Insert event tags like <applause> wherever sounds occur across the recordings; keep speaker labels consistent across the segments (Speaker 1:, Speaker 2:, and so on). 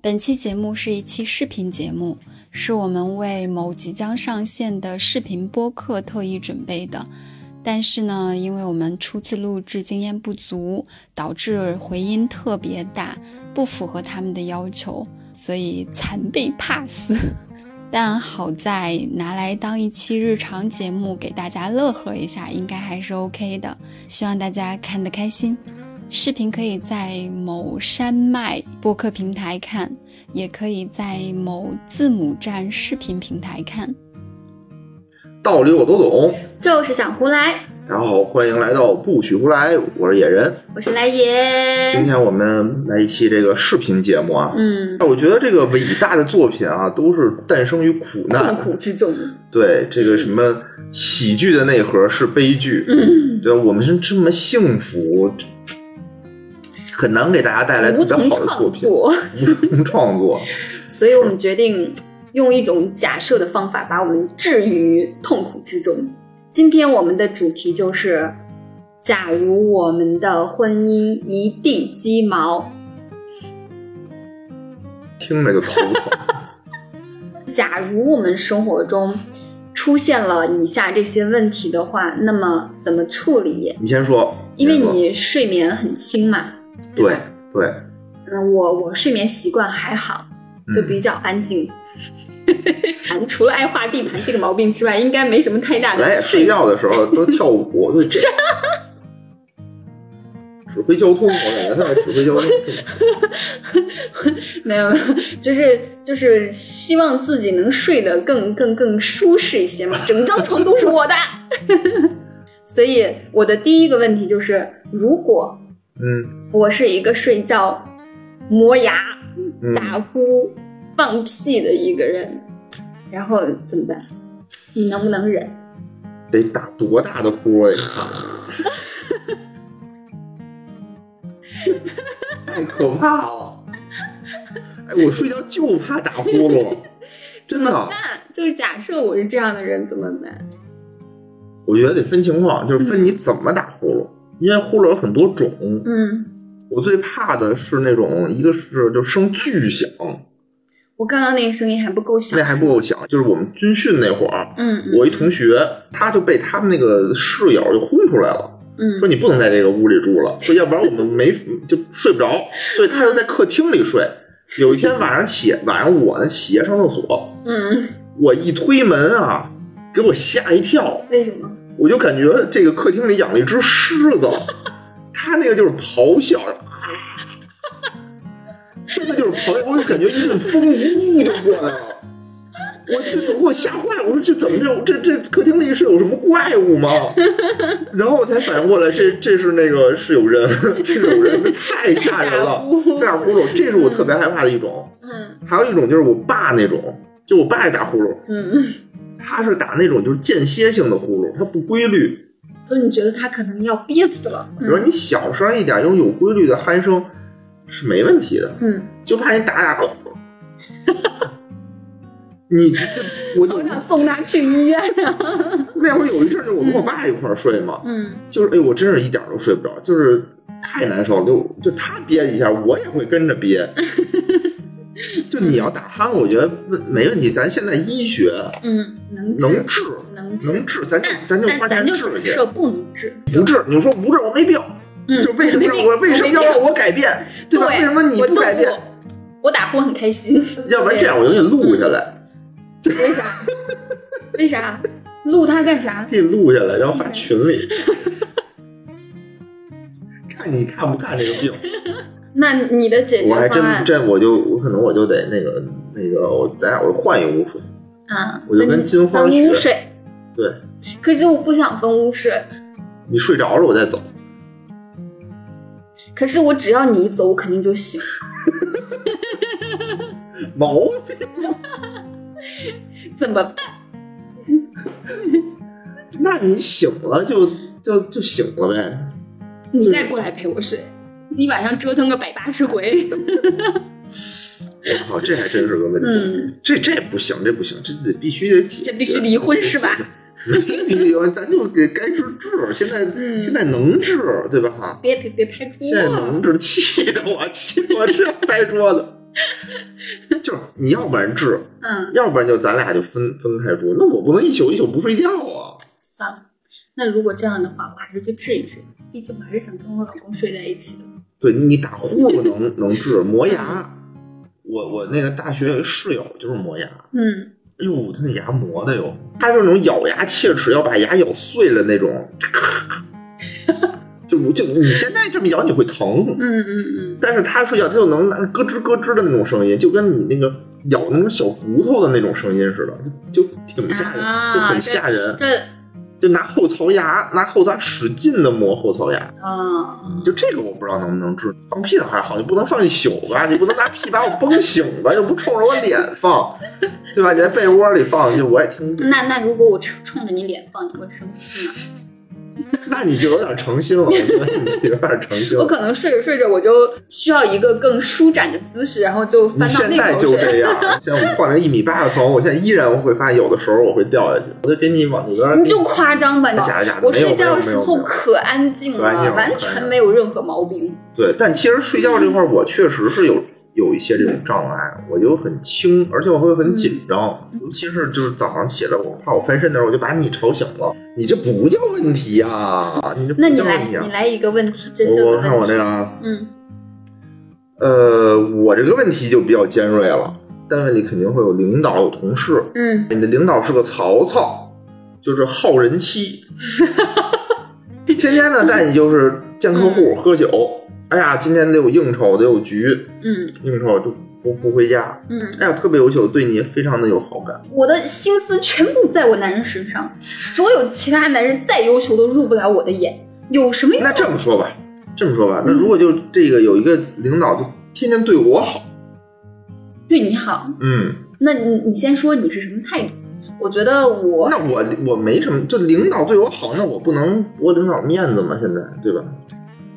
Speaker 1: 本期节目是一期视频节目，是我们为某即将上线的视频播客特意准备的。但是呢，因为我们初次录制经验不足，导致回音特别大，不符合他们的要求，所以惨被 pass。但好在拿来当一期日常节目给大家乐呵一下，应该还是 OK 的。希望大家看得开心。视频可以在某山脉播客平台看，也可以在某字母站视频平台看。
Speaker 2: 道理我都懂，
Speaker 3: 就是想胡来。
Speaker 2: 大家好，欢迎来到不许胡来，我是野人。
Speaker 3: 我是来
Speaker 2: 今
Speaker 3: 也，
Speaker 2: 天我们来一期这个视频节目啊。
Speaker 3: 嗯，
Speaker 2: 我觉得这个伟大的作品啊，都是诞生于苦
Speaker 3: 痛
Speaker 2: 难。
Speaker 3: 苦之中，
Speaker 2: 对，这个什么喜剧的内核是悲剧，
Speaker 3: 嗯，
Speaker 2: 对吧，我们是这么幸福，很难给大家带来
Speaker 3: 无
Speaker 2: 比较
Speaker 3: 从
Speaker 2: 好的作
Speaker 3: 嗯创
Speaker 2: 品，
Speaker 3: 作，
Speaker 2: 无从创作。
Speaker 3: 所以我们决定用一种假设的方法，把我们置于痛苦之中。今天我们的主题就是：假如我们的婚姻一地鸡毛，
Speaker 2: 听着就头
Speaker 3: <laughs>
Speaker 2: 疼。
Speaker 3: 假如我们生活中出现了以下这些问题的话，那么怎么处理？
Speaker 2: 你先说，
Speaker 3: 因为
Speaker 2: 先说
Speaker 3: 你睡眠很轻嘛，
Speaker 2: 对
Speaker 3: 吧
Speaker 2: 对，
Speaker 3: 嗯，我我睡眠习惯还好，就
Speaker 2: 嗯
Speaker 3: 比较安静。 <laughs> 除了爱画地盘这个毛病之外，应该没什么太大的。
Speaker 2: 来哎睡觉的时候都跳舞，对，这指挥交通，我感觉他在指挥交通。
Speaker 3: 没有，没 <laughs> 有就是就是希望自己能睡得更更更舒适一些嘛，整张床都是我的。 <laughs> 所以我的第一个问题就是，如果
Speaker 2: 嗯
Speaker 3: 我是一个睡觉磨牙、
Speaker 2: 嗯，
Speaker 3: 打呼、放屁的一个人，然后怎么办？你能不能忍？
Speaker 2: 得打多大的呼呀！太可怕了！哎，我睡觉就怕打呼噜，真的。
Speaker 3: 就是假设我是这样的人怎么办？
Speaker 2: 我觉得得分情况，就是分你怎么打呼噜，因为呼噜有很多种。
Speaker 3: 嗯，
Speaker 2: 我最怕的是那种，一个是就声巨响，
Speaker 3: 我刚刚那个声音还不够响
Speaker 2: 那。还不够响。就是我们军训那会儿，
Speaker 3: 嗯
Speaker 2: 我一同学他就被他们那个室友就轰出来了，
Speaker 3: 嗯
Speaker 2: 说你不能在这个屋里住 <laughs> 了，说要不然我们没就睡不着，所以他就在客厅里睡。有一天晚上起，晚上我呢起夜上厕所，
Speaker 3: 嗯，
Speaker 2: 我一推门啊，给我吓一跳，
Speaker 3: 为什么？
Speaker 2: 我就感觉这个客厅里养了一只狮子，它那个就是咆哮，啊真的就是咆哮，我就感觉一阵风呜就过来了，我这给我吓坏了，我说这怎么着？这这客厅里是有什么怪物吗？然后我才反应过来，这这是那个是有人，这是有人，这太吓人了，在打呼噜，这是我特别害怕的一种。
Speaker 3: 嗯
Speaker 2: 还有一种就是我爸那种，就我爸也打呼噜，
Speaker 3: 嗯，
Speaker 2: 他是打那种就是间歇性的呼噜，它不规律。
Speaker 3: 就你觉得他可能要憋死了？
Speaker 2: 比如说你小声一点，用有规律的鼾声是没问题的，
Speaker 3: 嗯，
Speaker 2: 就怕你打打。
Speaker 3: <laughs>
Speaker 2: 你这我就
Speaker 3: 我想送他嗯去医院。
Speaker 2: 那会儿有一阵儿，就我跟我爸一块儿睡嘛，
Speaker 3: 嗯
Speaker 2: 就是哎，我真是一点儿都睡不着，就是太难受了，就就他憋一下，我也会跟着
Speaker 3: <laughs>
Speaker 2: 憋。就你要打鼾，我觉得没问题，咱现在医学
Speaker 3: 嗯，能治
Speaker 2: 能治，
Speaker 3: 能
Speaker 2: 能治，咱就咱就
Speaker 3: 但
Speaker 2: 花
Speaker 3: 咱
Speaker 2: 钱
Speaker 3: 就
Speaker 2: 治
Speaker 3: 假
Speaker 2: 去。
Speaker 3: 设不能治，
Speaker 2: 不治，你说不治我没病，
Speaker 3: 嗯
Speaker 2: 就为什么让
Speaker 3: 没病
Speaker 2: 我为什么要让
Speaker 3: 没病
Speaker 2: 我改变，对吧？
Speaker 3: 对
Speaker 2: 为什么你
Speaker 3: 我
Speaker 2: 不
Speaker 3: 就
Speaker 2: 改变？
Speaker 3: 我我打呼很开心，
Speaker 2: 要不然这样，我就给你录下来，
Speaker 3: 为啥？为啥？录他干啥？
Speaker 2: 给你录下来，然后发群里，看你看不看这个
Speaker 3: <laughs>
Speaker 2: 病。
Speaker 3: 那你的解决
Speaker 2: 我还
Speaker 3: 方
Speaker 2: 真
Speaker 3: 案
Speaker 2: 真我就我可能我就得那个那个，我咱俩我换一屋睡，
Speaker 3: 啊？
Speaker 2: 我就跟金花
Speaker 3: 分
Speaker 2: 学
Speaker 3: 污。水，
Speaker 2: 对
Speaker 3: 可是我不想分污水。
Speaker 2: 你睡着了我再走，
Speaker 3: 可是我只要你一走，我肯定就醒。
Speaker 2: 毛病。
Speaker 3: 怎么办？
Speaker 2: 那你醒了就就就醒了呗。
Speaker 3: 你再过来陪我睡，一晚上折腾个百八十回。
Speaker 2: 我靠，哦这还真是个问题。
Speaker 3: 嗯，
Speaker 2: 这这不行，这不行，这得必须得解决。
Speaker 3: 这必须离婚是吧？
Speaker 2: 没离婚，咱就给该治治。现在、
Speaker 3: 嗯
Speaker 2: 现在能治，对吧？
Speaker 3: 别别别拍
Speaker 2: 现在
Speaker 3: 桌
Speaker 2: 能
Speaker 3: 啊！
Speaker 2: 治，气得我气得我这要拍桌子。就是你要不然治，
Speaker 3: 嗯，
Speaker 2: 要不然就咱俩就分分开住。那我不能一宿一宿不睡觉啊！
Speaker 3: 算了。那如果这样的话，我还是去治一治，毕竟我还是想跟我老公睡在一起的。
Speaker 2: 对你打呼噜能能治，磨牙。我我那个大学有一室友就是磨牙，
Speaker 3: 嗯，
Speaker 2: 哎呦，他那牙磨的哟，他是那种咬牙切齿要把牙咬碎了那种，就就你现在这么咬你会疼，
Speaker 3: 嗯嗯
Speaker 2: 但是他睡觉他就能咯吱咯吱的那种声音，就跟你那个咬那种小骨头的那种声音似的，就就挺吓人，
Speaker 3: 啊
Speaker 2: 就很吓
Speaker 3: 嗯，
Speaker 2: 人，
Speaker 3: 这
Speaker 2: 就拿后槽牙拿后槽牙使劲的磨后槽牙，
Speaker 3: 啊，
Speaker 2: 就这个我不知道能不能治，放屁倒还好，你不能放一宿吧，你不能拿屁把我崩醒吧，又不冲着我脸放，对吧？你在被窝里放，就我也听不见。
Speaker 3: 那那如果我冲冲着你脸放，你会生气吗？ <laughs>
Speaker 2: 那你就有点诚心了，我觉得你就有点诚心
Speaker 3: 我
Speaker 2: 了。
Speaker 3: 可能睡着睡着，我就需要一个更舒展的姿势，然后就
Speaker 2: 你
Speaker 3: 翻到
Speaker 2: 现
Speaker 3: 那
Speaker 2: 在
Speaker 3: 口
Speaker 2: 就
Speaker 3: 水。
Speaker 2: 这样，现在我们换了一米八的床，我现在依然会发现有的时候我会掉下去，我就给你往那边。
Speaker 3: 你就夸张吧，你
Speaker 2: 假的假的
Speaker 3: 我
Speaker 2: 哎没有
Speaker 3: 睡觉
Speaker 2: 没有
Speaker 3: 的时
Speaker 2: 没有没
Speaker 3: 候
Speaker 2: 有
Speaker 3: 可安静
Speaker 2: 可安静
Speaker 3: 了，
Speaker 2: 了
Speaker 3: 完
Speaker 2: 可安
Speaker 3: 全
Speaker 2: 静
Speaker 3: 没有任何毛病。
Speaker 2: 对，但其实睡觉这块儿我确实是有有一些这种障碍，我就很轻，而且我会很紧张，
Speaker 3: 嗯
Speaker 2: 尤其是就是早上起来我怕我翻身的时候我就把你吵醒了，你这不叫问题啊，你这不
Speaker 3: 那你
Speaker 2: 叫
Speaker 3: 来，
Speaker 2: 问题啊
Speaker 3: 你。来一个问题，真正
Speaker 2: 我
Speaker 3: 的
Speaker 2: 我看我
Speaker 3: 问
Speaker 2: 这
Speaker 3: 题。
Speaker 2: 个啊，
Speaker 3: 嗯，
Speaker 2: 呃，我这个问题就比较尖锐了，单位里肯定会有领导有同事。
Speaker 3: 嗯，
Speaker 2: 你的领导是个曹操，就是好人妻，天天呢带你就是见客户喝酒。哎呀，今天得有应酬，得有局，
Speaker 3: 嗯
Speaker 2: 应酬就不不回家。
Speaker 3: 嗯，
Speaker 2: 哎呀，特别优秀，对你非常的有好感。
Speaker 3: 我的心思全部在我男人身上，所有其他男人再优秀都入不了我的眼，有什么用？
Speaker 2: 那这么说吧，这么说吧，那如果就这个有一个领导就天天对我好，
Speaker 3: 对你好，
Speaker 2: 嗯，
Speaker 3: 那你你先说你是什么态度？我觉得我
Speaker 2: 那我我没什么，就领导对我好，那我不能驳领导面子嘛，现在对吧？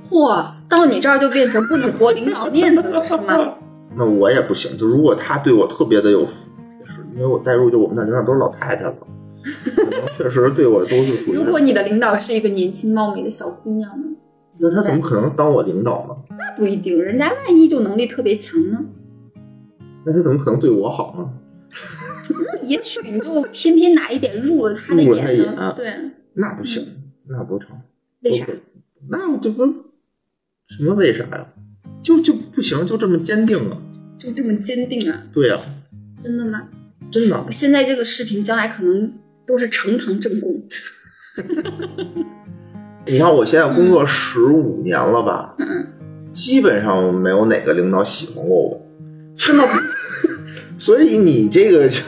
Speaker 3: 嚯，到你这儿就变成不能驳领导面子了，是
Speaker 2: <laughs>
Speaker 3: 吗？
Speaker 2: 那我也不行。就如果他对我特别的有，也是因为我代入，就我们那领导都是老太太了，
Speaker 3: <laughs>
Speaker 2: 可能确实对我都是属于。
Speaker 3: 如果你的领导是一个年轻貌美的小姑娘呢？
Speaker 2: 那他怎么可能当我领导呢？
Speaker 3: 那不一定，人家万一就能力特别强呢？
Speaker 2: 那他怎么可能对我好呢？
Speaker 3: 那也许你就偏偏哪一点入了他的
Speaker 2: 入了他
Speaker 3: 眼
Speaker 2: 眼
Speaker 3: 呢？对，
Speaker 2: 那不行，那不成。
Speaker 3: 嗯为啥
Speaker 2: 不？可？那我这不什么为啥呀？就就不行，就这么坚定啊！
Speaker 3: 就这么坚定啊？
Speaker 2: 对呀、
Speaker 3: 真的吗？
Speaker 2: 真的。
Speaker 3: 现在这个视频将来可能都是呈堂证供。
Speaker 2: 你看我现在工作十五年了吧，
Speaker 3: 嗯，
Speaker 2: 基本上没有哪个领导喜欢过我，
Speaker 3: 这么不
Speaker 2: <laughs> 所以你这个就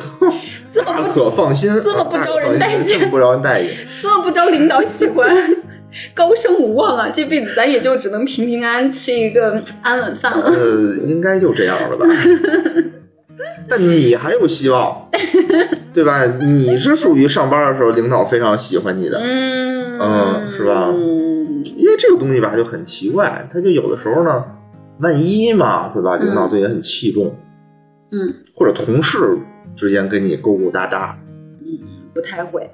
Speaker 3: 这么
Speaker 2: 大
Speaker 3: 不
Speaker 2: 可放心，
Speaker 3: 这么不招人待
Speaker 2: 大
Speaker 3: 见
Speaker 2: 可放心这么不招人待见。
Speaker 3: 这么不招领导喜欢，高升无望啊！这辈子咱也就只能平平安安吃一个安稳饭了。
Speaker 2: 呃，应该就这样了
Speaker 3: <laughs>
Speaker 2: 吧。但你还有希望，对吧？你是属于上班的时候领导非常喜欢你的，
Speaker 3: 嗯
Speaker 2: 嗯是吧
Speaker 3: 嗯
Speaker 2: 因为这个东西吧就很奇怪，它就有的时候呢，万一嘛，对吧？领导对你很器重，
Speaker 3: 嗯，
Speaker 2: 或者同事之间跟你勾勾搭搭，
Speaker 3: 不太会，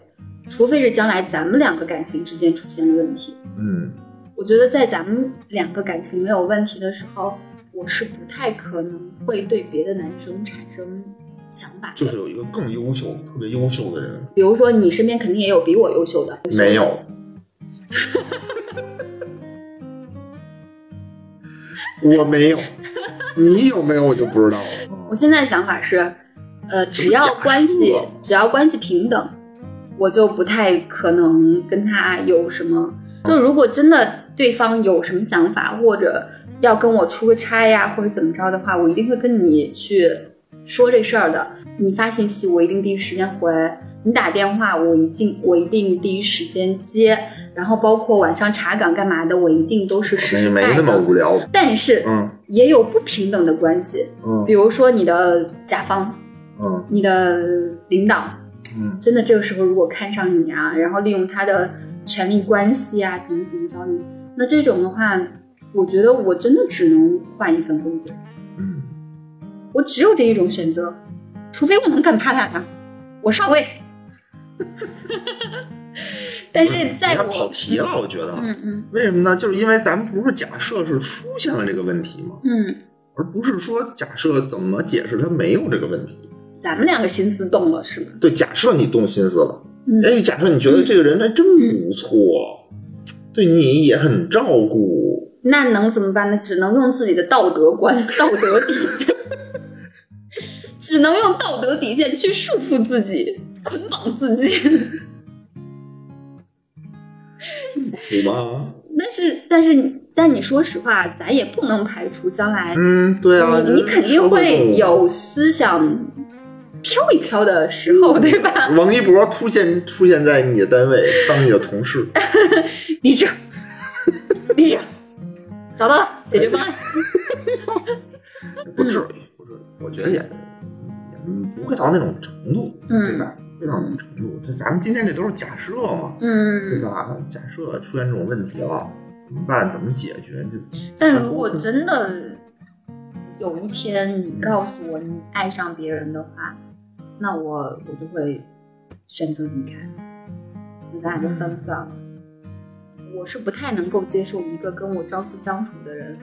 Speaker 3: 除非是将来咱们两个感情之间出现了问题。
Speaker 2: 嗯，
Speaker 3: 我觉得在咱们两个感情没有问题的时候，我是不太可能会对别的男生产生想法的。
Speaker 2: 就是有一个更优秀、特别优秀的人，
Speaker 3: 比如说，你身边肯定也有比我优秀的，
Speaker 2: 没
Speaker 3: <laughs>
Speaker 2: 有。我没有，你有没有我就不知道了。
Speaker 3: 我现在的想法是，呃，只要关系
Speaker 2: 假设
Speaker 3: 只要关系平等，我就不太可能跟他有什么。就如果真的对方有什么想法，或者要跟我出个差呀，或者怎么着的话，我一定会跟你去说这事儿的。你发信息，我一定第一时间回；你打电话，我一定我一定第一时间接。然后包括晚上查岗干嘛的，我一定都是实
Speaker 2: 没
Speaker 3: 实在
Speaker 2: 没
Speaker 3: 在
Speaker 2: 那么
Speaker 3: 的。
Speaker 2: 无聊，
Speaker 3: 但是
Speaker 2: 嗯
Speaker 3: 也有不平等的关系，
Speaker 2: 嗯
Speaker 3: 比如说你的甲方、
Speaker 2: 嗯
Speaker 3: 你的领导，
Speaker 2: 嗯，
Speaker 3: 真的这个时候如果看上你啊，然后利用他的权力关系啊，怎么怎么着你，那这种的话，我觉得我真的只能换一份工作，
Speaker 2: 嗯，
Speaker 3: 我只有这一种选择，除非我能干啪啪啪，我上位。 <laughs> 但是在
Speaker 2: 你要
Speaker 3: 我
Speaker 2: 跑题了，我觉得。
Speaker 3: 嗯嗯
Speaker 2: 为什么呢？就是因为咱们不是假设是出现了这个问题吗？
Speaker 3: 嗯
Speaker 2: 而不是说假设怎么解释他没有这个问题。
Speaker 3: 咱们两个心思动了是吗？
Speaker 2: 对，假设你动心思了，
Speaker 3: 嗯
Speaker 2: 哎，假设你觉得这个人还真不错，对你也很照顾，
Speaker 3: 那能怎么办呢？只能用自己的道德观、道德底线，只能用道德底线去束缚自己、捆绑自己。 <laughs>
Speaker 2: 对吧？
Speaker 3: 但是，但是，但你说实话，咱也不能排除将来
Speaker 2: 嗯，对啊，
Speaker 3: 你你
Speaker 2: 这
Speaker 3: 肯定
Speaker 2: 社会动
Speaker 3: 会
Speaker 2: 物
Speaker 3: 有思想飘一飘的时候，对吧？
Speaker 2: 王一博出现出现在你的单位，当你的同事，
Speaker 3: 立正，立正，找到了解决方案。
Speaker 2: 不至
Speaker 3: 嗯
Speaker 2: 于，不至于，我觉得也也不会到那种程度，对吧？
Speaker 3: 嗯
Speaker 2: 不会到那种程度，这咱们今天这都是假设嘛，对
Speaker 3: 嗯，
Speaker 2: 吧？假设出现这种问题了，怎么办？怎么解决？就
Speaker 3: 但如果真的有一天你告诉我你爱上别人的话，那我我就会选择离开，咱俩就分分了。我是不太能够接受一个跟我朝夕相处的人，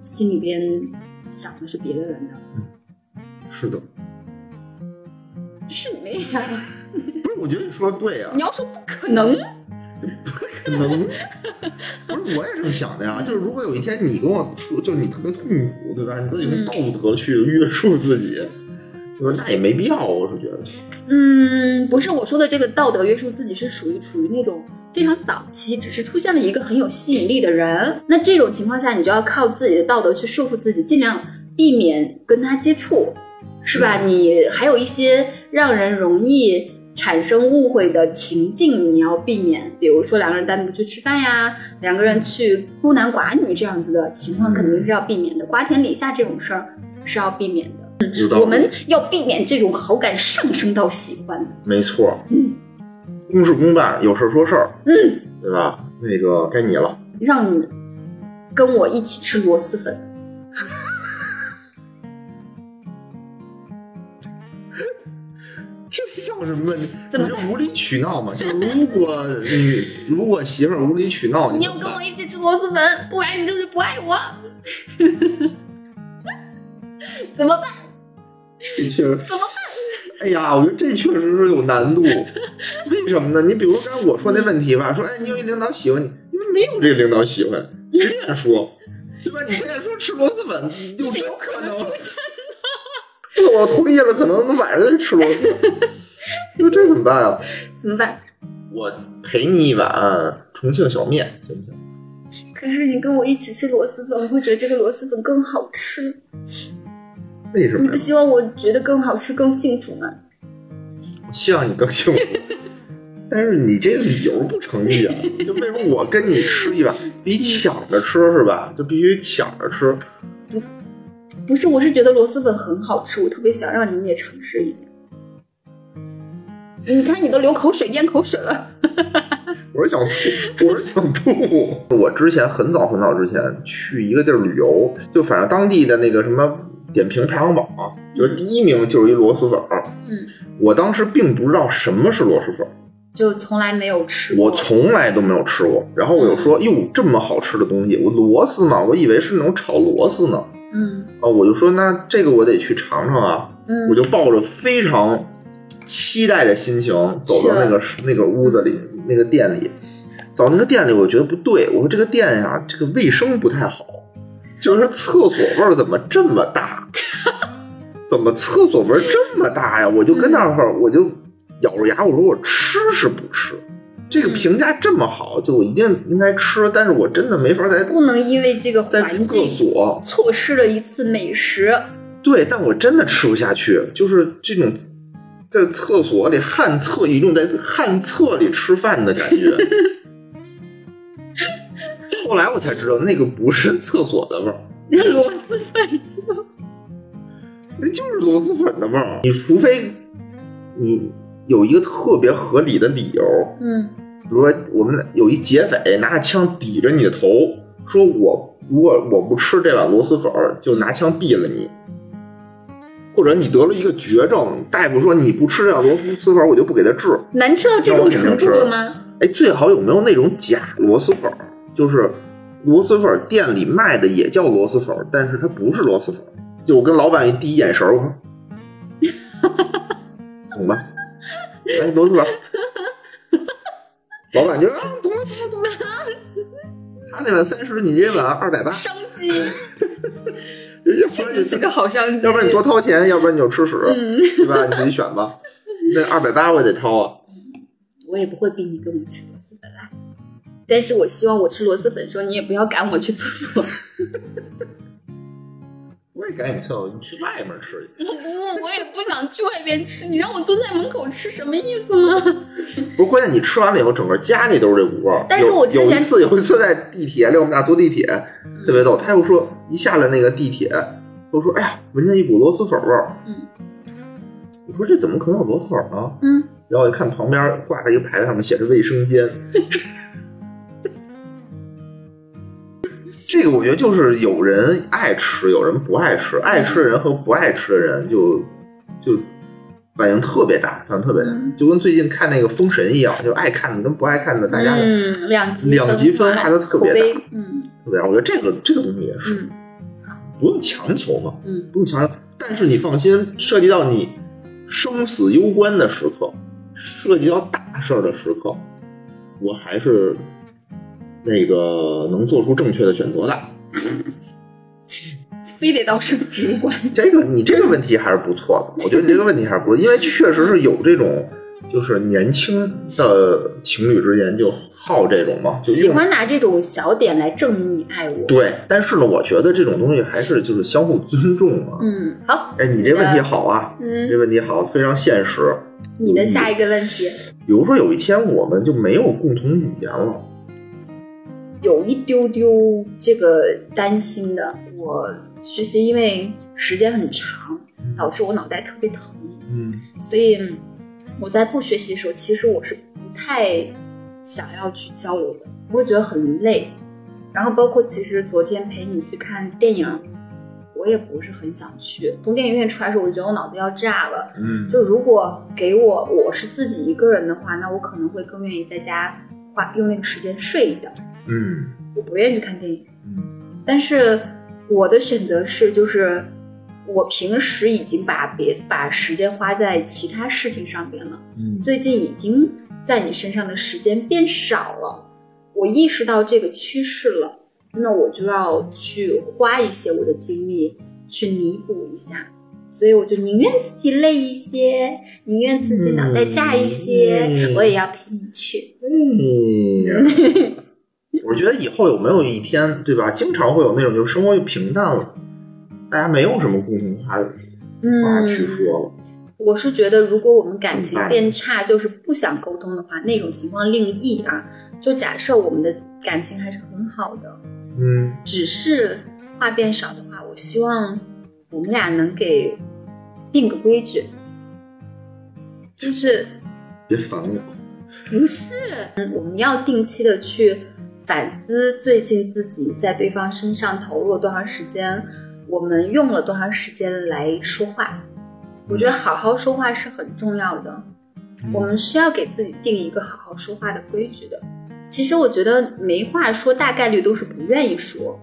Speaker 3: 心里边想的是别的人的。
Speaker 2: 是的，
Speaker 3: 是没呀、 <laughs>
Speaker 2: 不是？我觉得你说的对呀、啊
Speaker 3: 你要说不可能，
Speaker 2: 可能不是我也这么想的呀。就是如果有一天你跟我说，就是你特别痛苦，对吧？你自己
Speaker 3: 嗯
Speaker 2: 用道德去约束自己，就是那也没必要，我是觉得。
Speaker 3: 嗯，不是我说的这个道德约束自己是属于处于那种非常早期，只是出现了一个很有吸引力的人，那这种情况下你就要靠自己的道德去束缚自己，尽量避免跟他接触，是吧？你还有一些让人容易。产生误会的情境你要避免，比如说两个人单独去吃饭呀，两个人去孤男寡女这样子的情况肯定是要避免的，瓜田李下这种事儿是要避免的。
Speaker 2: 有道理
Speaker 3: 嗯我们要避免这种好感上升到喜欢。
Speaker 2: 没错，
Speaker 3: 嗯，
Speaker 2: 公事公办，有事儿说事儿，
Speaker 3: 嗯，
Speaker 2: 对吧？那个该你了，
Speaker 3: 让你跟我一起吃螺蛳粉，
Speaker 2: 这叫什么问题？
Speaker 3: 怎么
Speaker 2: 你这无理取闹嘛？就是如果你如果媳妇儿无理取闹，
Speaker 3: 你
Speaker 2: 你
Speaker 3: 要
Speaker 2: 怎么
Speaker 3: 跟
Speaker 2: 办
Speaker 3: 我一起吃螺蛳粉，不然你就是不爱 <laughs> 我。怎么办？
Speaker 2: 这确实
Speaker 3: <laughs> 怎么
Speaker 2: <laughs> 哎呀，我觉得这确实是有难度。为什么呢？你比如刚才我说那问题吧，说哎，你有一领导喜欢你，因为没有这个领导喜欢，随便说，对吧？你随便说吃螺蛳粉，
Speaker 3: 这
Speaker 2: 有
Speaker 3: 是
Speaker 2: 真
Speaker 3: 有可能
Speaker 2: 能
Speaker 3: 出现。
Speaker 2: 我同意了，可能晚上再吃螺蛳粉，那这怎么办啊？
Speaker 3: 怎么办？
Speaker 2: 我陪你一碗重庆小面，行不行？
Speaker 3: 可是你跟我一起吃螺蛳粉，我会觉得这个螺蛳粉更好吃。
Speaker 2: 为什
Speaker 3: 你
Speaker 2: 么
Speaker 3: 不
Speaker 2: 呀？
Speaker 3: 希望我觉得更好吃、更幸福吗？
Speaker 2: 我希望你更幸福。但是你这个理由不成立啊！就为什么我跟你吃一碗，比抢着吃是吧？就必须抢着吃。
Speaker 3: 不是，我是觉得螺蛳粉很好吃，我特别想让你也尝试一下。你看，你都流口水、咽口水了。
Speaker 2: 我是想吐，我是想吐。我之前很早很早之前去一个地儿旅游，就反正当地的那个什么点评排行榜啊、就是第一名就是一螺蛳粉儿。
Speaker 3: 嗯，
Speaker 2: 我当时并不知道什么是螺蛳粉儿，
Speaker 3: 就从来没有吃过。
Speaker 2: 我从来都没有吃过。然后我就说，哟，这么好吃的东西，我螺蛳嘛，我以为是那种炒螺蛳呢。
Speaker 3: 嗯
Speaker 2: 啊，我就说那这个我得去尝尝啊。
Speaker 3: 嗯，
Speaker 2: 我就抱着非常期待的心情走到那个那个屋子里，那个店里。走那个店里，我觉得不对，我说这个店呀、这个卫生不太好，就是厕所味儿怎么这么大？怎么厕所味儿这么大呀？我就跟那会儿，我就咬着牙，我说我吃是不吃？这个评价这么好，就我一定应该吃，但是我真的没法在
Speaker 3: 不能因为这个
Speaker 2: 在
Speaker 3: 环
Speaker 2: 厕
Speaker 3: 境
Speaker 2: 所
Speaker 3: 错失了一次美食。
Speaker 2: 对，但我真的吃不下去，就是这种在厕所里旱厕，一种在旱厕里吃饭的感觉。后来我才知道，那个不是厕所的味儿，
Speaker 3: 那螺蛳粉，
Speaker 2: 那就是螺蛳粉的味儿。啊你除非你有一个特别合理的理由，
Speaker 3: 嗯
Speaker 2: 比如说我们有一劫匪拿着枪抵着你的头，说我如果我不吃这碗螺蛳粉儿，就拿枪毙了你。或者你得了一个绝症，大夫说你不吃这碗螺蛳粉儿，我就不给他治。
Speaker 3: 难吃到这种程度了吗？
Speaker 2: 哎，最好有没有那种假螺蛳粉儿？就是螺蛳粉店里卖的也叫螺蛳粉，但是它不是螺蛳粉。就我跟老板第一眼神儿，我说，
Speaker 3: <laughs>
Speaker 2: 懂吧？哎，螺蛳粉。老板就啊，懂了懂了懂了。他那碗三十，你这碗二百八，
Speaker 3: 商机，
Speaker 2: 人家不
Speaker 3: 确
Speaker 2: 然
Speaker 3: 实
Speaker 2: 你
Speaker 3: 是个好商机。
Speaker 2: 要不然你多掏钱，要不然你就吃屎，
Speaker 3: 嗯，
Speaker 2: 对吧？你自己选
Speaker 3: <laughs>
Speaker 2: 吧。那二百八我得掏啊。
Speaker 3: 我也不会逼你跟我吃螺蛳粉啦。但是我希望我吃螺蛳粉的时候，你也不要赶我去厕所。
Speaker 2: 我也赶紧跳，你去外面吃去。
Speaker 3: 我不，我也不想去外边吃，你让我蹲在门口吃，什么意思吗？
Speaker 2: 不是，关键你吃完了以后，整个家里都是这股味儿。
Speaker 3: 但是
Speaker 2: 有
Speaker 3: 我之前
Speaker 2: 有
Speaker 3: 嗯
Speaker 2: 一次，有一次在地铁里，我们俩坐地铁，特别逗。他又说，一下了那个地铁，我说：“哎呀，闻见一股螺蛳粉味儿。”
Speaker 3: 嗯，
Speaker 2: 我说这怎么可能有螺蛳粉呢？
Speaker 3: 嗯，
Speaker 2: 然后我一看旁边挂着一个牌子，上面写着卫生
Speaker 3: <laughs>
Speaker 2: 间。这个我觉得就是有人爱吃，有人不爱吃，爱吃的人和不爱吃的人就就反应特别大，反应特别大，
Speaker 3: 嗯
Speaker 2: 就跟最近看那个《封神》一样，就爱看的跟不爱看的大家的
Speaker 3: 嗯，两极
Speaker 2: 两极分化
Speaker 3: 化
Speaker 2: 得特别
Speaker 3: 口碑
Speaker 2: 大，
Speaker 3: 嗯
Speaker 2: 特别大。我觉得这个这个东西也是
Speaker 3: 嗯
Speaker 2: 不用强求嘛，
Speaker 3: 嗯，
Speaker 2: 不用强求。但是你放心，涉及到你生死攸关的时刻，涉及到大事儿的时刻，我还是那个能做出正确的选择的。
Speaker 3: 非得到是服务馆。
Speaker 2: 这个你这个问题还是不错的，我觉得你这个问题还是不错，因为确实是有这种，就是年轻的情侣之间就好这种嘛，就一
Speaker 3: 喜
Speaker 2: 种
Speaker 3: 欢拿这种小点来证明你爱我。
Speaker 2: 对。但是呢，我觉得这种东西还是就是相互尊重啊。
Speaker 3: 嗯，好，
Speaker 2: 哎，你这问题好啊，你这
Speaker 3: 嗯，
Speaker 2: 问题好，非常现实。
Speaker 3: 你的下一个问题
Speaker 2: 比如说有一天我们就没有共同语言了，
Speaker 3: 有一丢丢这个担心的，我学习因为时间很长，导致我脑袋特别疼，
Speaker 2: 嗯
Speaker 3: 所以我在不学习的时候，其实我是不太想要去交流的，我会觉得很累。然后包括其实昨天陪你去看电影，我也不是很想去。从电影院出来的时候，我就觉得我脑子要炸了。
Speaker 2: 嗯
Speaker 3: 就如果给我我是自己一个人的话，那我可能会更愿意在家花用那个时间睡一觉，
Speaker 2: 嗯
Speaker 3: 我不愿意去看电影。
Speaker 2: 嗯
Speaker 3: 但是我的选择是，就是我平时已经把别把时间花在其他事情上边了，
Speaker 2: 嗯
Speaker 3: 最近已经在你身上的时间变少了，我意识到这个趋势了，那我就要去花一些我的精力去弥补一下。所以我就宁愿自己累一些，宁愿自己脑袋炸一些，
Speaker 2: 嗯
Speaker 3: 我也要陪你去。
Speaker 2: 嗯。我觉得以后有没有一天，对吧？经常会有那种就是生活就平淡了，大家没有什么共同话话去
Speaker 3: 嗯，
Speaker 2: 说了。
Speaker 3: 我是觉得，如果我们感情
Speaker 2: 明白
Speaker 3: 变差，就是不想沟通的话，那种情况另议啊。就假设我们的感情还是很好的，
Speaker 2: 嗯
Speaker 3: 只是话变少的话，我希望我们俩能给定个规矩，就是
Speaker 2: 别烦我。
Speaker 3: 不是嗯我们要定期的去反思最近自己在对方身上投入了多长时间，我们用了多长时间来说话。我觉得好好说话是很重要的。
Speaker 2: 嗯
Speaker 3: 我们是要给自己定一个好好说话的规矩的。其实我觉得没话说，大概率都是不愿意说，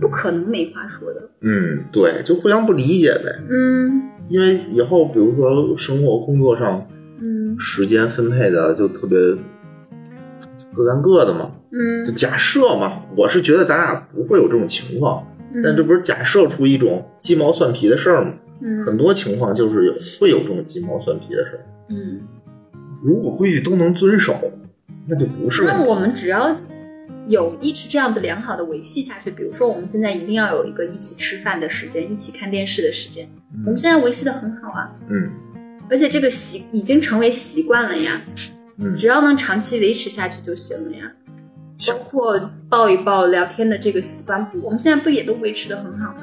Speaker 3: 不可能没话说的。
Speaker 2: 嗯，对，就互相不理解呗。
Speaker 3: 嗯
Speaker 2: 因为以后比如说生活工作上
Speaker 3: 嗯
Speaker 2: 时间分配的就特别各干各的嘛。就
Speaker 3: 嗯，
Speaker 2: 假设嘛，我是觉得咱俩不会有这种情况，
Speaker 3: 嗯
Speaker 2: 但这不是假设出一种鸡毛蒜皮的事儿吗？很
Speaker 3: 嗯
Speaker 2: 多情况就是有会有这种鸡毛蒜皮的事儿。
Speaker 3: 嗯，
Speaker 2: 如果规矩都能遵守，那就不是问
Speaker 3: 那
Speaker 2: 题。
Speaker 3: 我们只要有一直这样的良好的维系下去，比如说我们现在一定要有一个一起吃饭的时间，一起看电视的时间，我们现在维系的很好啊，
Speaker 2: 嗯
Speaker 3: 而且这个习已经成为习惯了呀，
Speaker 2: 嗯，
Speaker 3: 只要能长期维持下去就行了呀。
Speaker 2: 行
Speaker 3: 包括抱一抱、聊天的这个习惯，我们现在不也都维持的很好吗？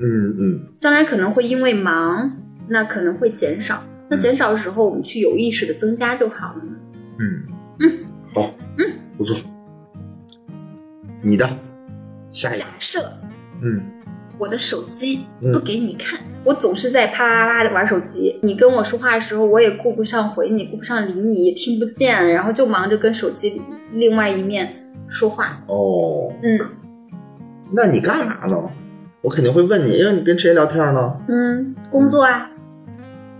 Speaker 2: 嗯嗯
Speaker 3: 将来可能会因为忙，那可能会减少。那减少的时候，我们去有意识的增加就好了嘛。
Speaker 2: 嗯，好，嗯，不错。你的下一个
Speaker 3: 假，设
Speaker 2: 嗯
Speaker 3: 我的手机
Speaker 2: 嗯
Speaker 3: 不给你看，我总是在啪啪啪的玩手机。你跟我说话的时候，我也顾不上回你，顾不上理你，也听不见，然后就忙着跟手机另外一面说话。
Speaker 2: 哦，
Speaker 3: 嗯
Speaker 2: 那你干嘛呢？我肯定会问你，因为你跟谁聊天呢？
Speaker 3: 嗯，工作啊，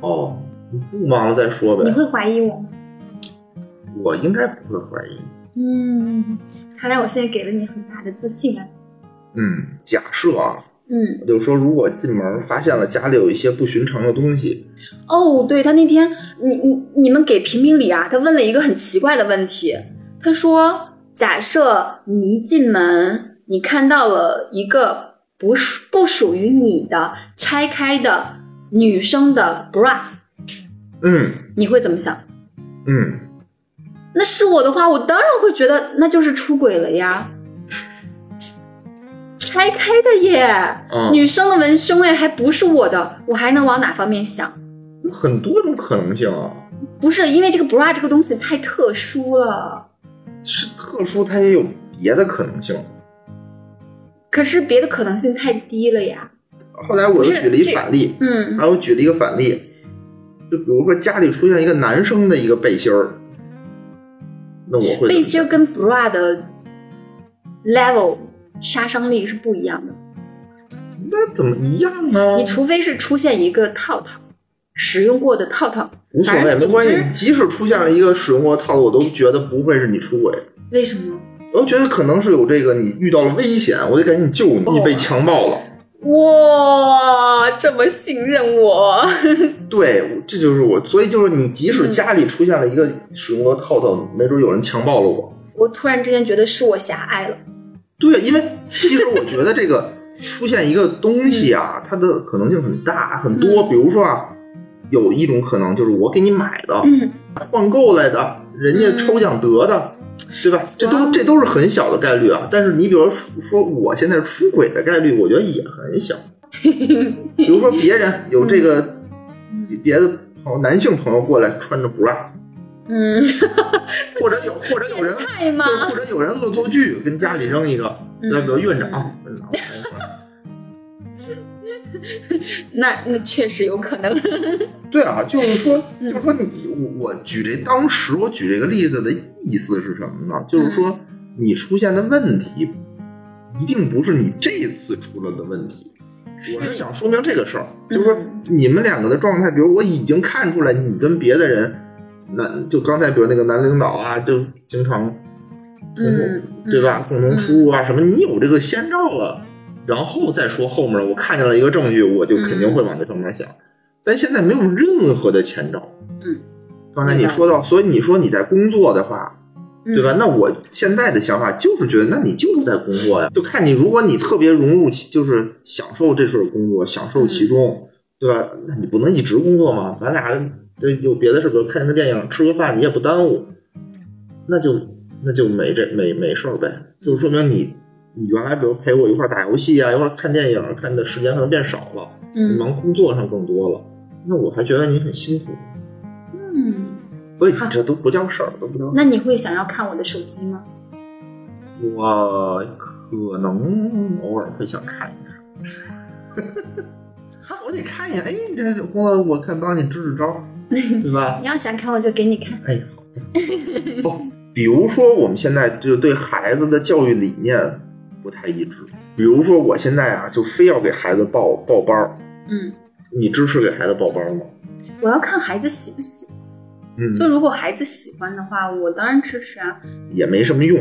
Speaker 2: 哦，你不忙了再说
Speaker 3: 你
Speaker 2: 呗。
Speaker 3: 会怀疑我吗？
Speaker 2: 我应该不会怀疑。
Speaker 3: 嗯，看来我现在给了你很大的自信啊。
Speaker 2: 嗯，假设啊，
Speaker 3: 嗯，
Speaker 2: 就是说，如果进门发现了家里有一些不寻常的东西，
Speaker 3: 哦，对他那天，你你你们给评评理啊，他问了一个很奇怪的问题，他说，假设你一进门，你看到了一个不属不属于你的拆开的女生的 bra，
Speaker 2: 嗯
Speaker 3: 你会怎么想？
Speaker 2: 嗯，
Speaker 3: 那是我的话，我当然会觉得那就是出轨了呀。拆开的耶，
Speaker 2: 啊、
Speaker 3: 女生的文胸哎，还不是我的，我还能往哪方面想？
Speaker 2: 有很多种可能性啊，
Speaker 3: 不是因为这个 bra 这个东西太特殊了，
Speaker 2: 是特殊，它也有别的可能性。
Speaker 3: 可是别的可能性太低了呀。
Speaker 2: 后来我又举了一反例，
Speaker 3: 嗯
Speaker 2: 然后我举了一个反例，就比如说家里出现一个男生的一个背心儿，那我会
Speaker 3: 背心儿跟 bra 的 level 杀伤力是不一样的，
Speaker 2: 那怎么一样啊呢？
Speaker 3: 你除非是出现一个套套，使用过的套套，
Speaker 2: 无所谓，
Speaker 3: 反正
Speaker 2: 没关系
Speaker 3: 总之。
Speaker 2: 即使出现了一个使用过的套路，我都觉得不会是你出轨，
Speaker 3: 为什么？
Speaker 2: 我都觉得可能是有这个你遇到了危险，我得赶紧救你，
Speaker 3: 哦
Speaker 2: 你被强暴了。
Speaker 3: 哇，这么信任我？
Speaker 2: 对，这就是我，所以就是你，即使
Speaker 3: 嗯
Speaker 2: 家里出现了一个使用过的套套，没准有人强暴了我。
Speaker 3: <laughs> 我突然之间觉得是我狭隘了。
Speaker 2: 对，因为其实我觉得这
Speaker 3: <laughs>
Speaker 2: 个出现一个东西啊，它的可能性很大很多。
Speaker 3: 嗯
Speaker 2: 比如说啊，有一种可能就是我给你买的，
Speaker 3: 嗯，
Speaker 2: 换购来的，人家抽奖得的，对吧？这
Speaker 3: 哇
Speaker 2: 都这都是很小的概率啊。但是你比如说说我现在出轨的概率，我觉得也很小。比如说别人有
Speaker 3: 嗯
Speaker 2: 这个别的朋友男性朋友过来穿着 bra，
Speaker 3: 嗯，
Speaker 2: 或者有或者有人
Speaker 3: 太吗？
Speaker 2: 对，或者有人恶作剧跟家里扔一个，
Speaker 3: 嗯
Speaker 2: 那个院长院长。
Speaker 3: 那那确实有可能。
Speaker 2: <laughs> 对啊，就是说，
Speaker 3: 嗯
Speaker 2: 就是说你，我我举这当时我举这个例子的意思是什么呢？就是
Speaker 3: 嗯
Speaker 2: 说，你出现的问题，一定不是你这次出了的问题。我是想说明这个事儿，就是说
Speaker 3: 嗯
Speaker 2: 你们两个的状态，比如我已经看出来你跟别的人，男就刚才比如那个男领导啊，就经常共
Speaker 3: 嗯
Speaker 2: 同，对吧？共同出入啊什么，你有这个先兆了，然后再说后面我看见了一个证据，我就肯
Speaker 3: 嗯
Speaker 2: 定会往这方面想。但现在没有任何的前兆。
Speaker 3: 嗯，
Speaker 2: 刚才
Speaker 3: 明
Speaker 2: 你
Speaker 3: 白
Speaker 2: 说到，所以你说你在工作的话，
Speaker 3: 嗯？
Speaker 2: 对吧？那我现在的想法就是觉得，那你就是在工作呀，就看你如果你特别融入其，就是享受这份工作，享受
Speaker 3: 嗯
Speaker 2: 其中，对吧？那你不能一直工作嘛，咱俩这有别的事儿，比如看个电影、吃个饭，你也不耽误，那就那就没这没没事儿呗，就是说明你。你原来比如陪我一块儿打游戏啊，一块儿看电影，看的时间可能变少了，你
Speaker 3: 嗯
Speaker 2: 忙工作上更多了，那我还觉得你很辛苦，
Speaker 3: 嗯，
Speaker 2: 所以这都不叫事儿，都不叫事儿。
Speaker 3: 那你会想要看我的手机吗？
Speaker 2: 我可能偶尔会想看一下，我得看一眼，哎，你这工作我看帮你支支招，对吧？
Speaker 3: 你要想看我就给你看。
Speaker 2: 哎呀，好哦，比如说我们现在就对孩子的教育理念不太一致，比如说我现在啊，就非要给孩子报报班儿，
Speaker 3: 嗯，
Speaker 2: 你支持给孩子报班儿吗？
Speaker 3: 我要看孩子喜不喜欢。
Speaker 2: 嗯，
Speaker 3: 就如果孩子喜欢的话，我当然支持啊。
Speaker 2: 也没什么用，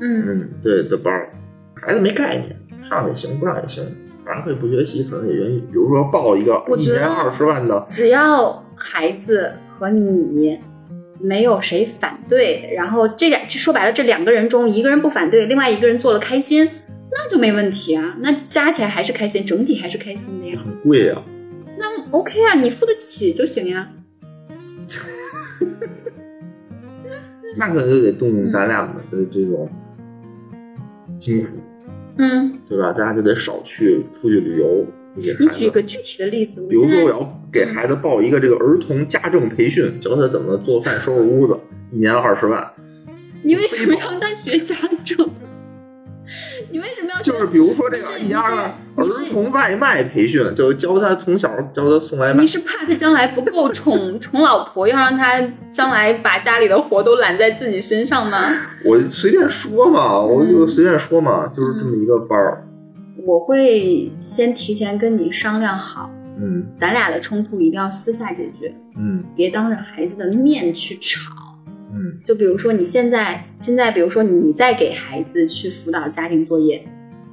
Speaker 3: 嗯
Speaker 2: 嗯，对的班儿，孩子没概念，上也行，不上也行，反正可以不学习，可能也愿意。比如说报一个
Speaker 3: 我
Speaker 2: 一
Speaker 3: 觉得
Speaker 2: 年二十万的，
Speaker 3: 只要孩子和你没有谁反对，然后这两说白了，这两个人中一个人不反对，另外一个人做了开心，那就没问题啊。那加起来还是开心，整体还是开心的呀。
Speaker 2: 很贵啊。
Speaker 3: 那 OK 啊，你付得起就行呀。
Speaker 2: 那可能就得动用咱俩的这种辛苦，
Speaker 3: 嗯，
Speaker 2: 对吧？大家就得少去出去旅游。给
Speaker 3: 你
Speaker 2: 孩
Speaker 3: 举
Speaker 2: 子，
Speaker 3: 个具体的例子，我
Speaker 2: 比如
Speaker 3: 现
Speaker 2: 说我
Speaker 3: 在
Speaker 2: 要给孩子报一个这个儿童家政培训，教他怎么做饭、收拾屋子，一年二十万。 <laughs>
Speaker 3: 你为什么要他学家政？你为什么要
Speaker 2: 就是比如说这
Speaker 3: 不
Speaker 2: 个
Speaker 3: 是
Speaker 2: 一家儿
Speaker 3: 你
Speaker 2: 儿
Speaker 3: 是
Speaker 2: 童外卖培训，就教他从小教他送外卖
Speaker 3: 你。是怕他将来不够宠 <laughs> 宠老婆，要让他将来把家里的活都揽在自己身上吗？
Speaker 2: 我随便说嘛，我就
Speaker 3: 嗯
Speaker 2: 随便说嘛，就是这么一个班儿。
Speaker 3: 我会先提前跟你商量好，
Speaker 2: 嗯
Speaker 3: 咱俩的冲突一定要私下解决，
Speaker 2: 嗯
Speaker 3: 别当着孩子的面去吵。
Speaker 2: 嗯
Speaker 3: 就比如说你现在现在，比如说你在给孩子去辅导家庭作业，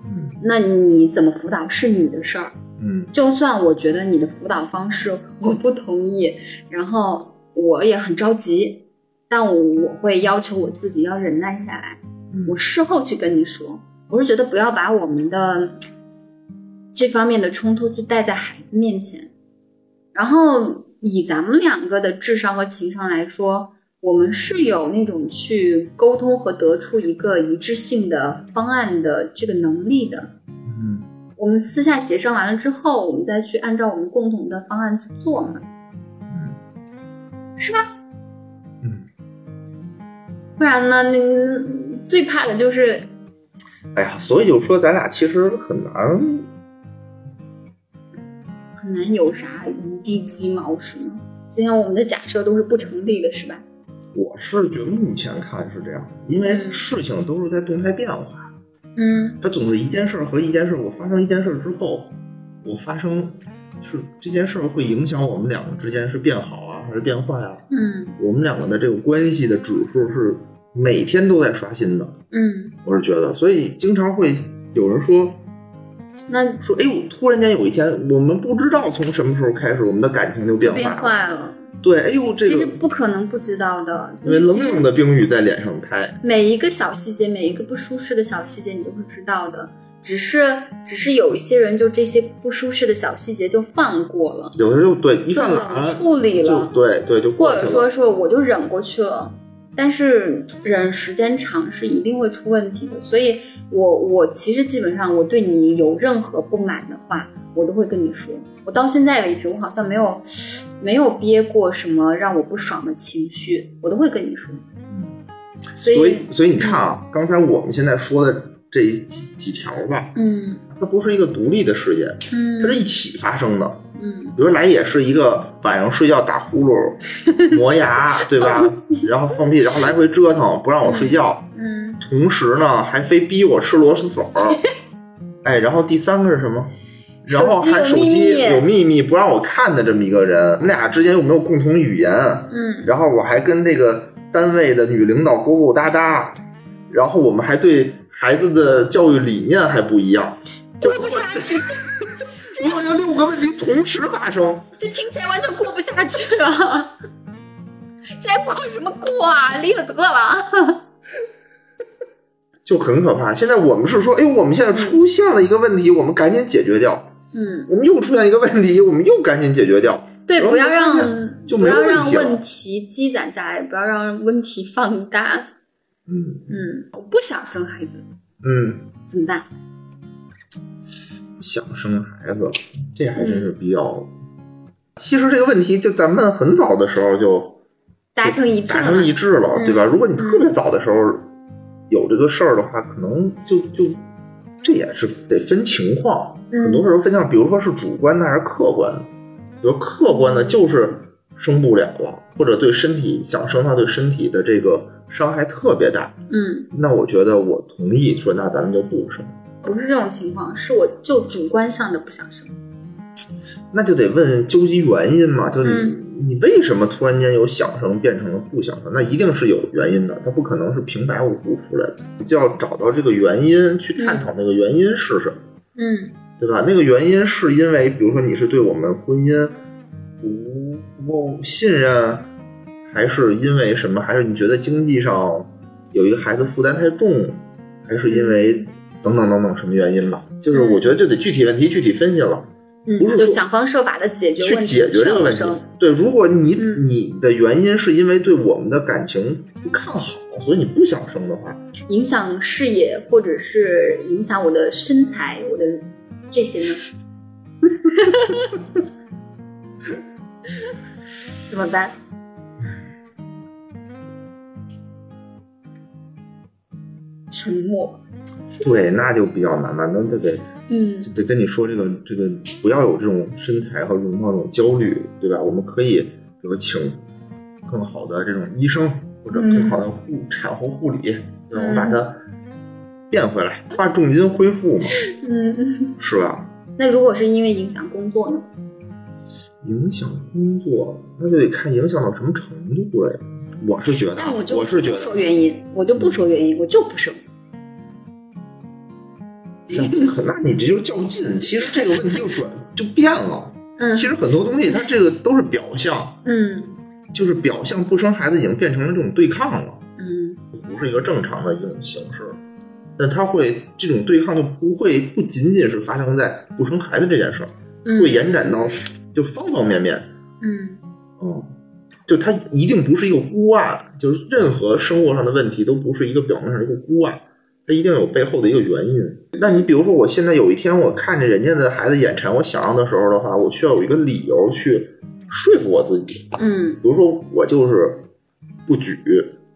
Speaker 2: 嗯
Speaker 3: 那你怎么辅导是你的事儿。
Speaker 2: 嗯
Speaker 3: 就算我觉得你的辅导方式我不同意，然后我也很着急，但我我会要求我自己要忍耐下来。
Speaker 2: 嗯
Speaker 3: 我事后去跟你说，我是觉得不要把我们的这方面的冲突去带在孩子面前。然后以咱们两个的智商和情商来说，我们是有那种去沟通和得出一个一致性的方案的这个能力的。
Speaker 2: 嗯
Speaker 3: 我们私下协商完了之后，我们再去按照我们共同的方案去做嘛，
Speaker 2: 嗯
Speaker 3: 是吧？
Speaker 2: 嗯，
Speaker 3: 不然呢，你最怕的就是
Speaker 2: 哎呀，所以就说咱俩其实很难，
Speaker 3: 很难有啥一地鸡毛，是吗？今天我们的假设都是不成立的，是吧？
Speaker 2: 我是觉得目前看是这样，因为事情都是在动态变化。
Speaker 3: 嗯
Speaker 2: 它总是一件事儿和一件事儿，我发生一件事儿之后，我发生是这件事儿会影响我们两个之间是变好啊，还是变坏啊？
Speaker 3: 嗯
Speaker 2: 我们两个的这个关系的指数是每天都在刷新的，
Speaker 3: 嗯，
Speaker 2: 我是觉得，所以经常会有人说
Speaker 3: 那
Speaker 2: 说，哎呦，突然间有一天，我们不知道从什么时候开始，我们的感情就变
Speaker 3: 变
Speaker 2: 坏了。
Speaker 3: 坏了。
Speaker 2: 对，哎呦，这
Speaker 3: 其实
Speaker 2: 个
Speaker 3: 不可能不知道的，
Speaker 2: 因
Speaker 3: 就
Speaker 2: 为
Speaker 3: 是
Speaker 2: 冷
Speaker 3: 其实
Speaker 2: 冷的冰雨在脸上拍，
Speaker 3: 每一个小细节，每一个不舒适的小细节，你都会知道的。只是只是有一些人就这些不舒适的小细节就放过了，
Speaker 2: 有的时候对一
Speaker 3: 就
Speaker 2: 犯
Speaker 3: 冷
Speaker 2: 懒，
Speaker 3: 处理
Speaker 2: 啊就
Speaker 3: 了。
Speaker 2: 对对就过
Speaker 3: 或
Speaker 2: 去了
Speaker 3: 者说是我就忍过去了。但是忍时间长是一定会出问题的，所以我我其实基本上我对你有任何不满的话，我都会跟你说。我到现在为止，我好像没有没有憋过什么让我不爽的情绪，我都会跟你说。所
Speaker 2: 嗯所以，所以你看啊，刚才我们现在说的这几几条吧，
Speaker 3: 嗯
Speaker 2: 它不是一个独立的事件，
Speaker 3: 嗯
Speaker 2: 它是一起发生的。
Speaker 3: 嗯
Speaker 2: 比如来也是一个晚上睡觉打呼噜、磨牙，对吧？然后放屁，然后来回折腾，不让我睡觉，
Speaker 3: 嗯，
Speaker 2: 同时呢还非逼我吃螺蛳粉
Speaker 3: <laughs>
Speaker 2: 儿。哎，然后第三个是什么？
Speaker 3: 手机
Speaker 2: 然后还
Speaker 3: 有
Speaker 2: 手
Speaker 3: 秘
Speaker 2: 机
Speaker 3: 密
Speaker 2: 有秘密不让我看的这么一个人，我们俩之间有没有共同语言？
Speaker 3: 嗯
Speaker 2: 然后我还跟这个单位的女领导勾勾搭搭，然后我们还对孩子的教育理念还不一样。
Speaker 3: 过不下去，这
Speaker 2: 因为这六个问题同时发生，
Speaker 3: 这听起来完全过不下去啊！ <laughs> 这还过什么过啊？离了得了。
Speaker 2: 就很可怕。现在我们是说，哎，我们现在出现了一个问题，我们赶紧解决掉；
Speaker 3: 嗯。
Speaker 2: 我们又出现一个问题，我们又赶紧解决掉。
Speaker 3: 对，
Speaker 2: 然后
Speaker 3: 不要让
Speaker 2: 就发现就
Speaker 3: 不
Speaker 2: 没有
Speaker 3: 要
Speaker 2: 问题
Speaker 3: 让
Speaker 2: 了
Speaker 3: 问题积攒下来，不要让问题放大。
Speaker 2: 嗯
Speaker 3: 嗯，我不想生孩子，
Speaker 2: 嗯，
Speaker 3: 怎么办？
Speaker 2: 不想生孩子，这还真是嗯比较。其实这个问题，就咱们很早的时候就
Speaker 3: 达成一致
Speaker 2: 达成一
Speaker 3: 了。
Speaker 2: 致了，
Speaker 3: 嗯
Speaker 2: 对吧？如果你特别早的时候有这个事儿的话，可能就就这也是得分情况，
Speaker 3: 嗯
Speaker 2: 很多时候分情，比如说是主观的还是客观的，比如客观的就是生不了了，或者对身体想生它对身体的这个伤害特别大，
Speaker 3: 嗯，
Speaker 2: 那我觉得我同意说，那咱们就不生，
Speaker 3: 不是这种情况，是我就主观上的不想生。
Speaker 2: 那就得问究其原因嘛，就是你。
Speaker 3: 嗯
Speaker 2: 你为什么突然间由想生变成了不想生？那一定是有原因的，它不可能是平白无故出来的。你就要找到这个原因，去探讨那个原因是什么，
Speaker 3: 嗯
Speaker 2: 对吧？那个原因是因为，比如说你是对我们婚姻不不够信任，还是因为什么？还是你觉得经济上有一个孩子负担太重，还是因为等等等等什么原因吧？就是我觉得这得具体问题具体分析了。
Speaker 3: 嗯
Speaker 2: 不，是
Speaker 3: 就
Speaker 2: 说
Speaker 3: 想方设法的解决
Speaker 2: 去
Speaker 3: 问题，
Speaker 2: 解决这个问
Speaker 3: 不
Speaker 2: 题
Speaker 3: 想生。
Speaker 2: 对，如果你、
Speaker 3: 嗯
Speaker 2: 你的原因是因为对我们的感情不看好，所以你不想生的话，
Speaker 3: 影响视野，或者是影响我的身材，我的这些呢？ <laughs> 怎么办？沉默。
Speaker 2: 对，那就比较难了，那就得
Speaker 3: 嗯
Speaker 2: 就得跟你说这个这个不要有这种身材和容貌这种焦虑，对吧？我们可以比如请更好的这种医生或者
Speaker 3: 嗯
Speaker 2: 更好的护、产后护理，然后把它变回来，花重金恢复嘛，
Speaker 3: 嗯，
Speaker 2: 是吧？
Speaker 3: 那如果是因为影响工作呢？
Speaker 2: 影响工作，那就得看影响到什么程度了呀。我是觉得啊，
Speaker 3: 但我就
Speaker 2: 我是觉
Speaker 3: 不
Speaker 2: 得
Speaker 3: 说原因，我就不说原因，我就不生。
Speaker 2: 那不可，那你这就是较劲。其实这个问题就转就变了。
Speaker 3: 嗯
Speaker 2: 其实很多东西它这个都是表象，
Speaker 3: 嗯
Speaker 2: 就是表象不生孩子已经变成了这种对抗了，
Speaker 3: 嗯
Speaker 2: 不是一个正常的一种形式。那它会这种对抗就不会不仅仅是发生在不生孩子这件事儿，
Speaker 3: 嗯，
Speaker 2: 会延展到就方方面面。
Speaker 3: 嗯
Speaker 2: 嗯，就它一定不是一个孤案，就是任何生活上的问题都不是一个表面上的一个孤案，它一定有背后的一个原因。那你比如说，我现在有一天我看着人家的孩子眼馋，我想要的时候的话，我需要有一个理由去说服我自己，
Speaker 3: 嗯，
Speaker 2: 比如说我就是不举。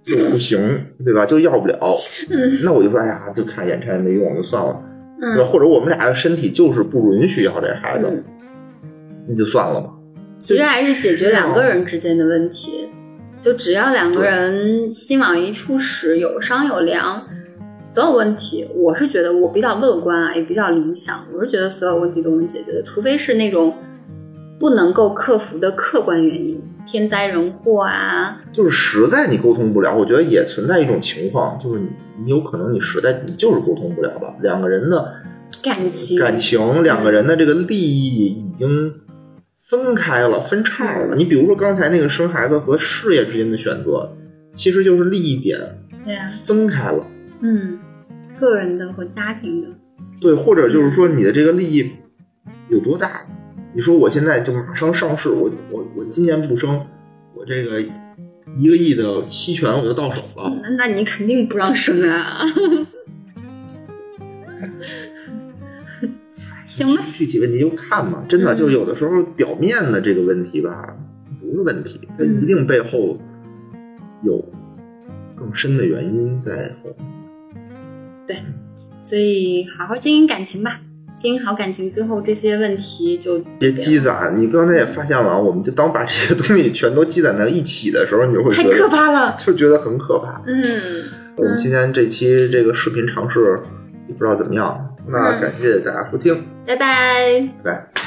Speaker 2: 就不行， <laughs> 对吧？就要不了，
Speaker 3: 嗯
Speaker 2: 那我就说，哎呀，就看眼馋没用，就算了，对吧？
Speaker 3: 嗯，
Speaker 2: 或者我们俩的身体就是不允许要这孩子，那就算了吧。
Speaker 3: 其实还是解决两个人之间的问题，就只要两个人心往一处使，有商有量，所有问题，我是觉得我比较乐观啊，也比较理想，我是觉得所有问题都能解决的，除非是那种不能够克服的客观原因，天灾人祸啊，
Speaker 2: 就是实在你沟通不了，我觉得也存在一种情况，就是你你有可能你实在你就是沟通不了了，两个人的
Speaker 3: 感情，
Speaker 2: 感情，两个人的这个利益已经分开了，分叉了。
Speaker 3: 嗯
Speaker 2: 你比如说刚才那个生孩子和事业之间的选择，其实就是利益点
Speaker 3: 对啊，
Speaker 2: 分开了，
Speaker 3: 嗯，个人的和家庭的，
Speaker 2: 对，或者就是说你的这个利益有多大？你说我现在就马上上市，我我我今年不生，我这个一个亿的期权我就到手了。
Speaker 3: 那那你肯定不让生啊，行吧，
Speaker 2: 具体问题就看嘛，真的
Speaker 3: 嗯
Speaker 2: 就是有的时候表面的这个问题吧，不是问题，它
Speaker 3: 嗯
Speaker 2: 一定背后有更深的原因在后面。
Speaker 3: 所以好好经营感情吧，经营好感情之后，这些问题就
Speaker 2: 别积攒，你刚才也发现了啊，我们就当把这些东西全都积攒在一起的时候，你就会
Speaker 3: 太
Speaker 2: 觉
Speaker 3: 可
Speaker 2: 得
Speaker 3: 怕了。
Speaker 2: 就觉得很可怕。
Speaker 3: 嗯，
Speaker 2: 我们今天这期这个视频尝试也不知道怎么样，那
Speaker 3: 嗯
Speaker 2: 感谢大家收听，
Speaker 3: 拜拜。
Speaker 2: 拜拜。